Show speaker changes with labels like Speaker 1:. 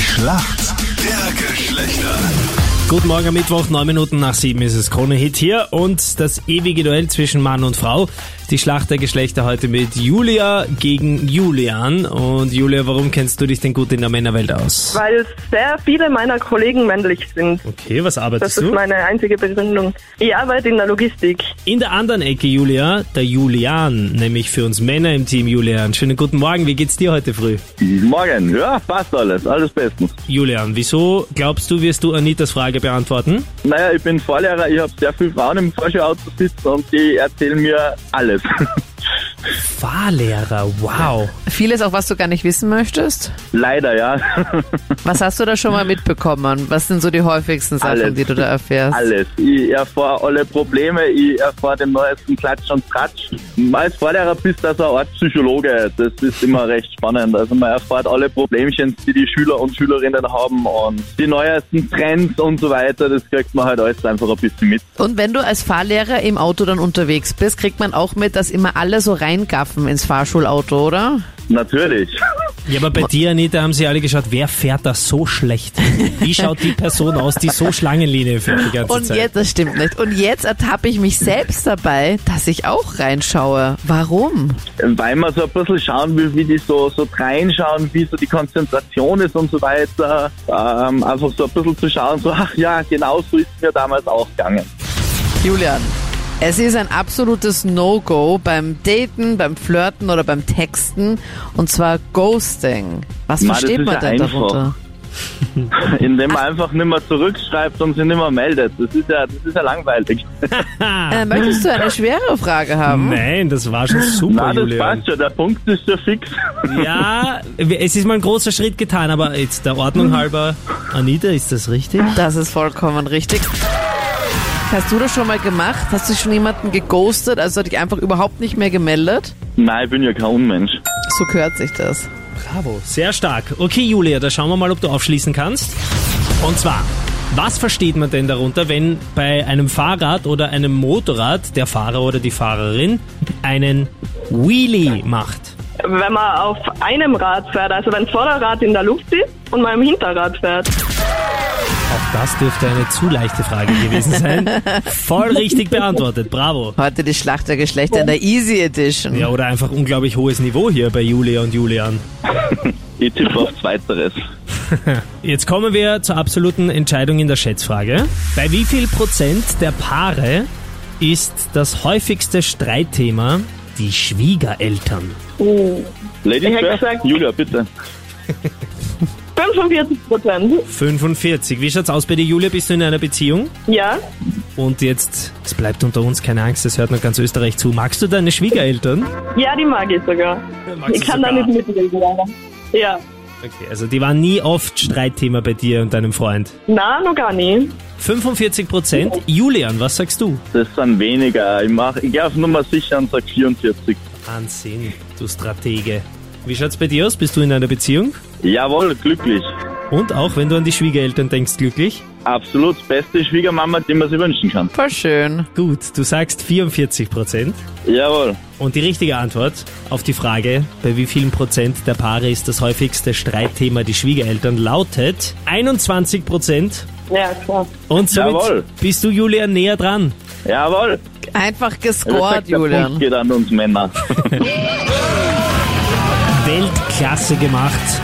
Speaker 1: Schlacht der Geschlechter.
Speaker 2: Guten Morgen, am Mittwoch, neun Minuten nach sieben ist es Krone-Hit hier und das ewige Duell zwischen Mann und Frau. Die Schlacht der Geschlechter heute mit Julia gegen Julian. Und Julia, warum kennst du dich denn gut in der Männerwelt aus?
Speaker 3: weil sehr viele meiner Kollegen männlich sind.
Speaker 2: Okay, was
Speaker 3: Das
Speaker 2: arbeitest
Speaker 3: ist
Speaker 2: du?
Speaker 3: meine einzige Begründung. Ich arbeite in der Logistik.
Speaker 2: In der anderen Ecke, Julia, der Julian, nämlich für uns Männer im Team, Julian. Schönen guten Morgen, wie geht's dir heute früh?
Speaker 4: Morgen, ja, passt alles, alles bestens.
Speaker 2: Julian, wieso glaubst du, wirst du Anitas Frage beantworten?
Speaker 4: Naja, ich bin Fahrlehrer, ich habe sehr viele Frauen im Vorschauauto sitzen und die erzählen mir alles.
Speaker 2: Fahrlehrer, wow.
Speaker 5: Vieles, auch was du gar nicht wissen möchtest.
Speaker 4: Leider, ja.
Speaker 5: Was hast du da schon mal mitbekommen? Was sind so die häufigsten Sachen,
Speaker 4: Alles.
Speaker 5: die du da erfährst?
Speaker 4: Alles. Ich erfahre alle Probleme, ich erfahre den neuesten Klatsch und Tratsch. Als Fahrlehrer bist du also eine Art Psychologe, das ist immer recht spannend. Also man erfahrt alle Problemchen, die die Schüler und Schülerinnen haben und die neuesten Trends und so weiter, das kriegt man halt alles einfach ein bisschen mit.
Speaker 5: Und wenn du als Fahrlehrer im Auto dann unterwegs bist, kriegt man auch mit, dass immer alle so reingaffen ins Fahrschulauto, oder?
Speaker 4: Natürlich.
Speaker 2: Ja, aber bei dir, Anita, haben sie alle geschaut, wer fährt da so schlecht? Wie schaut die Person aus, die so Schlangenlinie fährt die ganze
Speaker 5: Und
Speaker 2: Zeit?
Speaker 5: jetzt, das stimmt nicht. Und jetzt ertappe ich mich selbst dabei, dass ich auch reinschaue. Warum?
Speaker 4: weil man so ein bisschen schauen will, wie die so, so reinschauen, wie so die Konzentration ist und so weiter. Ähm, einfach so ein bisschen zu schauen, so, ach ja, genau so ist mir damals auch gegangen.
Speaker 5: Julian. Es ist ein absolutes No-Go beim Daten, beim Flirten oder beim Texten. Und zwar Ghosting. Was
Speaker 4: Ma, das
Speaker 5: versteht
Speaker 4: ist
Speaker 5: man
Speaker 4: ja
Speaker 5: denn
Speaker 4: einfach.
Speaker 5: darunter?
Speaker 4: Indem man einfach nicht mehr zurückschreibt und sich nicht mehr meldet. Das ist ja, das ist ja langweilig.
Speaker 5: Äh, möchtest du eine schwere Frage haben?
Speaker 2: Nein, das war schon super,
Speaker 4: Na, das
Speaker 2: Julian.
Speaker 4: passt schon, der Punkt ist schon fix.
Speaker 2: Ja, es ist mal ein großer Schritt getan, aber jetzt der Ordnung
Speaker 5: Mhm.
Speaker 2: halber. Anita, ist das richtig?
Speaker 5: Das ist vollkommen richtig. Hast du das schon mal gemacht? Hast du schon jemanden geghostet, also dich einfach überhaupt nicht mehr gemeldet?
Speaker 4: Nein, ich bin ja kein Unmensch.
Speaker 5: So gehört sich das.
Speaker 2: Bravo. Sehr stark. Okay, Julia, da schauen wir mal, ob du aufschließen kannst. Und zwar, was versteht man denn darunter, wenn bei einem Fahrrad oder einem Motorrad der Fahrer oder die Fahrerin einen Wheelie macht?
Speaker 3: Wenn man auf einem Rad fährt, also wenn das Vorderrad in der Luft ist und man im Hinterrad fährt.
Speaker 2: Auch das dürfte eine zu leichte Frage gewesen sein. Voll richtig beantwortet. Bravo.
Speaker 5: Heute die Schlacht der Geschlechter in der Easy Edition.
Speaker 2: Ja, oder einfach unglaublich hohes Niveau hier bei Julia und Julian.
Speaker 4: Ich tippe auf Zweiteres.
Speaker 2: Jetzt kommen wir zur absoluten Entscheidung in der Schätzfrage. Bei wie viel Prozent der Paare ist das häufigste Streitthema die Schwiegereltern? Oh.
Speaker 4: Ladies
Speaker 3: Ich hätte
Speaker 4: first,
Speaker 3: gesagt-
Speaker 4: Julia, bitte.
Speaker 3: 45 Prozent.
Speaker 2: 45. Wie schaut's aus bei dir, Julia? Bist du in einer Beziehung?
Speaker 3: Ja.
Speaker 2: Und jetzt, es bleibt unter uns, keine Angst, das hört noch ganz Österreich zu. Magst du deine Schwiegereltern?
Speaker 3: Ja, die mag ich sogar.
Speaker 2: Magst
Speaker 3: ich
Speaker 2: du
Speaker 3: kann da
Speaker 2: sogar?
Speaker 3: nicht mitreden. leider. Ja.
Speaker 2: Okay, also die waren nie oft Streitthema bei dir und deinem Freund.
Speaker 3: Na, noch gar nicht.
Speaker 2: 45 Prozent. Julian, was sagst du?
Speaker 4: Das sind weniger. Ich, mach, ich gehe auf Nummer sicher und sag 44.
Speaker 2: Wahnsinn, du Stratege. Wie schaut's bei dir aus? Bist du in einer Beziehung?
Speaker 4: Jawohl, glücklich.
Speaker 2: Und auch wenn du an die Schwiegereltern denkst, glücklich?
Speaker 4: Absolut beste Schwiegermama, die man sich wünschen kann.
Speaker 5: Voll schön.
Speaker 2: Gut, du sagst 44 Prozent.
Speaker 4: Jawohl.
Speaker 2: Und die richtige Antwort auf die Frage, bei wie vielen Prozent der Paare ist das häufigste Streitthema die Schwiegereltern, lautet 21 Prozent.
Speaker 3: Ja, klar.
Speaker 2: Und somit
Speaker 4: Jawohl.
Speaker 2: bist du, Julian, näher dran.
Speaker 4: Jawohl.
Speaker 5: Einfach
Speaker 4: Ich hab
Speaker 5: gescored,
Speaker 4: gesagt, der Punkt
Speaker 5: Julian.
Speaker 4: geht an uns Männer.
Speaker 2: Weltklasse gemacht.